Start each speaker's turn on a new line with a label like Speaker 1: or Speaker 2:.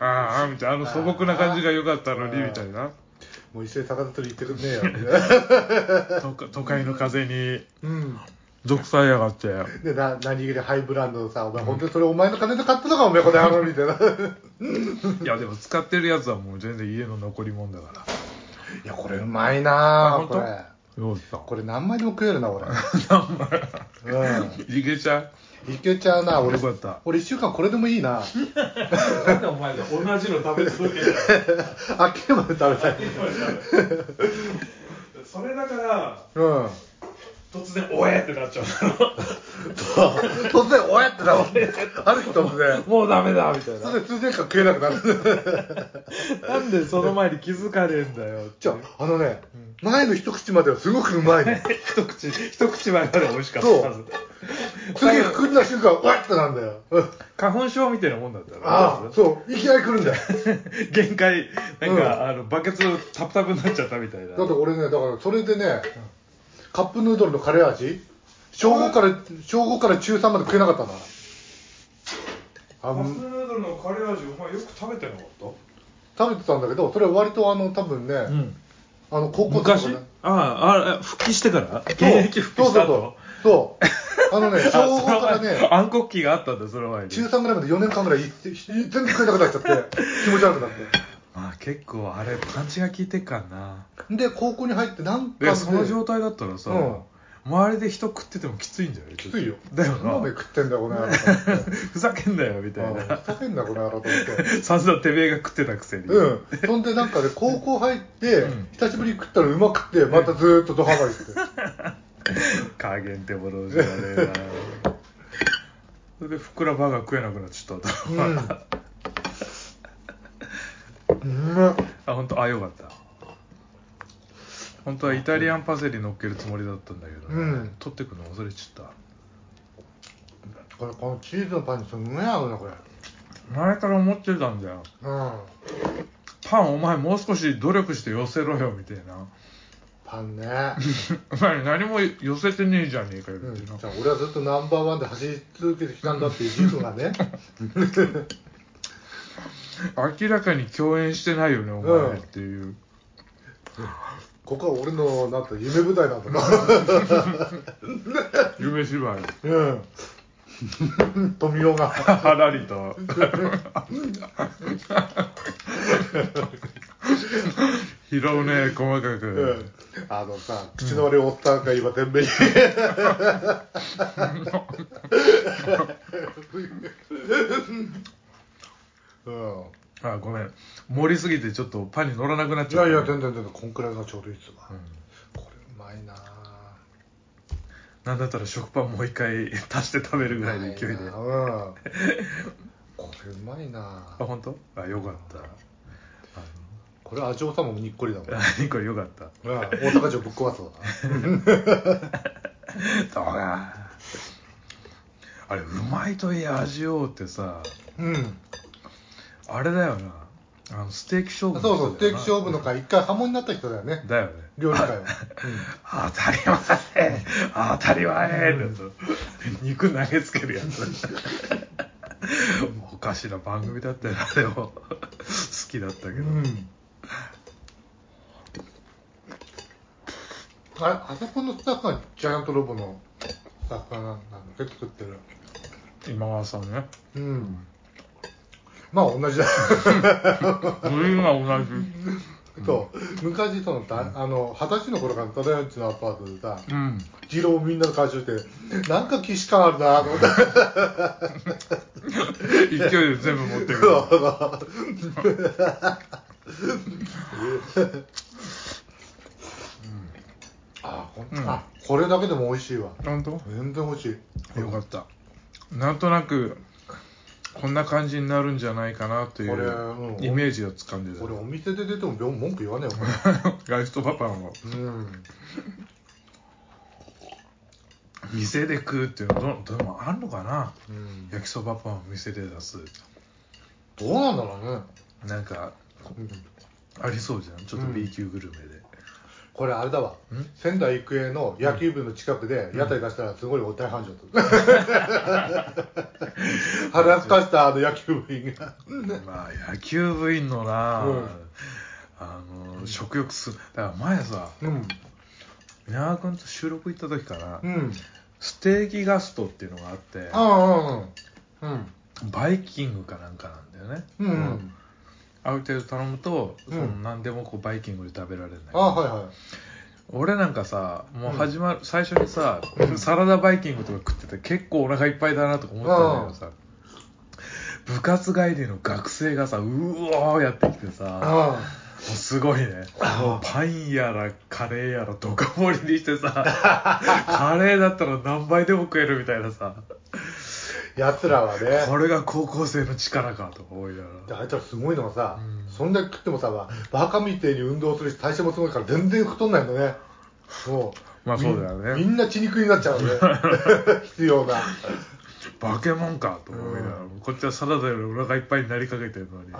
Speaker 1: あーあーみたいなあの素朴な感じが良かったのにみたいな
Speaker 2: もう一緒に高田取り行ってくんねえよ みたい
Speaker 1: 都都会の風に
Speaker 2: なうん
Speaker 1: 属されやがって
Speaker 2: でな何気にハイブランドのさお前本当にそれお前の金で買ったのかお前この野郎 みたいな
Speaker 1: いやでも使ってるやつはもう全然家の残り物だから
Speaker 2: いやこれうまいな
Speaker 1: あ
Speaker 2: あ
Speaker 1: 本当
Speaker 2: これ
Speaker 1: ようさん
Speaker 2: これ何枚でも食えるな俺 何枚うん
Speaker 1: いけちゃ
Speaker 2: いけちゃうな
Speaker 1: う
Speaker 2: 俺
Speaker 1: よかった
Speaker 2: 俺1週間これでもいいな
Speaker 3: なんでお前が同じの食べ 続けてる
Speaker 2: 飽きるまで食べたい
Speaker 3: それだか
Speaker 2: う
Speaker 3: ら
Speaker 2: ん
Speaker 3: 突然おえってなっちゃう
Speaker 2: 突然おやってなるある日突然
Speaker 3: もうダメだみたい
Speaker 2: それで通年間食えなくなる
Speaker 1: なんでその前に気づかねえんだよ
Speaker 2: じゃああのね、前の一口まではすごくうまいの
Speaker 1: 一口一口前まで美味しかった
Speaker 2: そう次食った瞬間おやってなんだようん
Speaker 1: 花粉症みたいなもんだったら
Speaker 2: ああそういきなり来るんだよ
Speaker 1: 限界なんか、
Speaker 2: う
Speaker 1: あのバケツタプタプになっちゃったみたいな
Speaker 2: だって俺ねだからそれでね、カップヌードルのカレー味小5から小5から中3まで食えなかったなあ
Speaker 3: カ
Speaker 2: の
Speaker 3: スヌードルのカレー味お前よく食べてなかった
Speaker 2: 食べてたんだけどそれ割とあの多分ね、
Speaker 1: うん
Speaker 2: あの高校生
Speaker 1: 昔
Speaker 2: とかね
Speaker 1: あああ復帰してから現
Speaker 2: そう
Speaker 1: 役復帰した
Speaker 2: そう
Speaker 1: 後
Speaker 2: そうそうそうあの ね小5から
Speaker 1: あその
Speaker 2: ね
Speaker 1: 前暗黒期があったんだその前に
Speaker 2: 中3ぐらいまで4年間ぐらいい全然食えなくなっちゃって気持ち悪くなって
Speaker 1: あ結構あれパンチが効いてっかな
Speaker 2: で高校に入ってなんか
Speaker 1: で
Speaker 2: で
Speaker 1: その状態だったらさ、
Speaker 2: うん
Speaker 1: 周りで人食っててもきついんじゃないき
Speaker 2: きついよ
Speaker 1: だよ
Speaker 2: 何で
Speaker 1: な
Speaker 2: 食ってんだよこの野郎と思って
Speaker 1: ふざけんなよみたい
Speaker 2: あ
Speaker 1: な
Speaker 2: あふざけんなこの野郎と思って
Speaker 1: さすがてめえが食ってたくせに、
Speaker 2: うん、そんでなんかね高校入って、
Speaker 1: うん
Speaker 2: 久しぶりに食ったらうまくてまたずーっとドハマりして、
Speaker 1: 加減ってものじゃねえなそれでふっくらバーガー食えなくなっちゃった
Speaker 2: う
Speaker 1: 頭、
Speaker 2: ん、うまっ
Speaker 1: あ本当あよかった本当はイタリアンパセリ乗っけるつもりだったんだけど、ね
Speaker 2: うん
Speaker 1: 取ってくの忘れちゃっ
Speaker 2: これこのチーズのパンにすんごい合うなこれ
Speaker 1: た前から思ってたんだよ
Speaker 2: うん
Speaker 1: パンお前もう少し努力して寄せろよみたい な
Speaker 2: パンね、
Speaker 1: お前何も寄せてねえじゃねえかよ
Speaker 2: うん、
Speaker 1: み
Speaker 2: じ
Speaker 1: たいな、
Speaker 2: ゃあ俺はずっとナンバーワンで走り続けてきたんだっていう事実がね
Speaker 1: 明らかに共演してないよねお
Speaker 2: うん
Speaker 1: 前っていう、
Speaker 2: ここは俺のなんか夢舞台なんだな
Speaker 1: 夢芝居
Speaker 2: うん富雄が
Speaker 1: はらりと 拾うね細か
Speaker 2: うん
Speaker 1: く、
Speaker 2: あのさ口の悪いおっさんが今全面にうん
Speaker 1: あごめん盛りすぎてちょっとパンに乗らなくなっ
Speaker 2: い
Speaker 1: ちゃっ
Speaker 2: や
Speaker 1: た
Speaker 2: いや全然全然こんくらいがちょうどいいっすわ、これうまいな
Speaker 1: なんだったら食パンもう一回足して食べるぐらいの勢いで
Speaker 2: うまいな
Speaker 1: あ
Speaker 2: うんこれうまいな
Speaker 1: 本当あよかった あ
Speaker 2: これ味おさんもにっこりだもん、うん、
Speaker 1: のこれよかった
Speaker 2: 大阪城ぶっ壊すわ
Speaker 1: どうだあれうまいといえ味をってさ
Speaker 2: うん
Speaker 1: あれだよなあのステーキ勝負
Speaker 2: そう
Speaker 1: の人
Speaker 2: そうステーキ勝負
Speaker 1: だよ
Speaker 2: の回一回破門になった人だよね
Speaker 1: なだよね
Speaker 2: 料理 会は
Speaker 1: 当たり前当たり前ってやつ肉投げつけるやつおかしな番組だったよなでも好きだったけど、
Speaker 2: うんあれあそこのスタッフはジャイアントロボのスタッフなんだけど作ってる
Speaker 1: 今川さんね
Speaker 2: うんまあ同じだ
Speaker 1: 部員は同じ
Speaker 2: そう昔そのだあの二十歳の頃からただよんちのアパートでさ
Speaker 1: うん
Speaker 2: 二郎みんなで回収してなんか既視感あるなと思 って
Speaker 1: 勢いで全部持ってくる
Speaker 2: あほん、
Speaker 1: うん
Speaker 2: あこれだけでも美味しいわ
Speaker 1: 本当
Speaker 2: 全然美味しい
Speaker 1: よかったなんとなくこんな感じになるんじゃないかなとい
Speaker 2: これ
Speaker 1: う
Speaker 2: うん
Speaker 1: イメージをつかんでた
Speaker 2: 俺お店で出ても病文句言わねえよこ
Speaker 1: ガイストパパも
Speaker 2: れうん
Speaker 1: 店で食うっていうのはどどうもあんのかな
Speaker 2: うん
Speaker 1: 焼きそばパンを店で出す
Speaker 2: どうなんだろうね
Speaker 1: なんかありそうじゃんちょっと
Speaker 2: うん
Speaker 1: B 級グルメで、
Speaker 2: これあれだわ仙台育英の野球部の近くで屋台出したらすごい大繁盛だった腹すかしたあの野球部員が
Speaker 1: まあ野球部員のな、
Speaker 2: うん
Speaker 1: あの食欲すだから前さ
Speaker 2: うん
Speaker 1: 稲川君と収録行った時かな、
Speaker 2: うん
Speaker 1: ステーキガストっていうのがあって
Speaker 2: ああうんうん
Speaker 1: バイキングかなんかなんだよね、
Speaker 2: うんうん
Speaker 1: ある程度頼むと、
Speaker 2: うん
Speaker 1: その何でもこうバイキングで食べられるんだけ
Speaker 2: あ
Speaker 1: ど、
Speaker 2: あはいはい
Speaker 1: 俺なんかさもう始まる、最初にさサラダバイキングとか食ってて結構お腹いっぱいだなとか思ったんだけどさ部活帰りの学生がさうおーやってきてさ
Speaker 2: あ
Speaker 1: もうすごいね
Speaker 2: あ
Speaker 1: パンやらカレーやらドカ盛りにしてさカレーだったら何倍でも食えるみたいなさ
Speaker 2: やつらはね
Speaker 1: これが高校生の力かとか思いなが
Speaker 2: で
Speaker 1: ら
Speaker 2: あいつらすごいのがさ、
Speaker 1: うん
Speaker 2: そんだけ食ってもさバカみてえに運動するし代謝もすごいから全然太んないんだねそう
Speaker 1: まあそうだよね
Speaker 2: みんみんな血肉になっちゃうね 必要な
Speaker 1: バケモンかと思いながら、こっちはサラダよりお腹いっぱいになりかけてるのに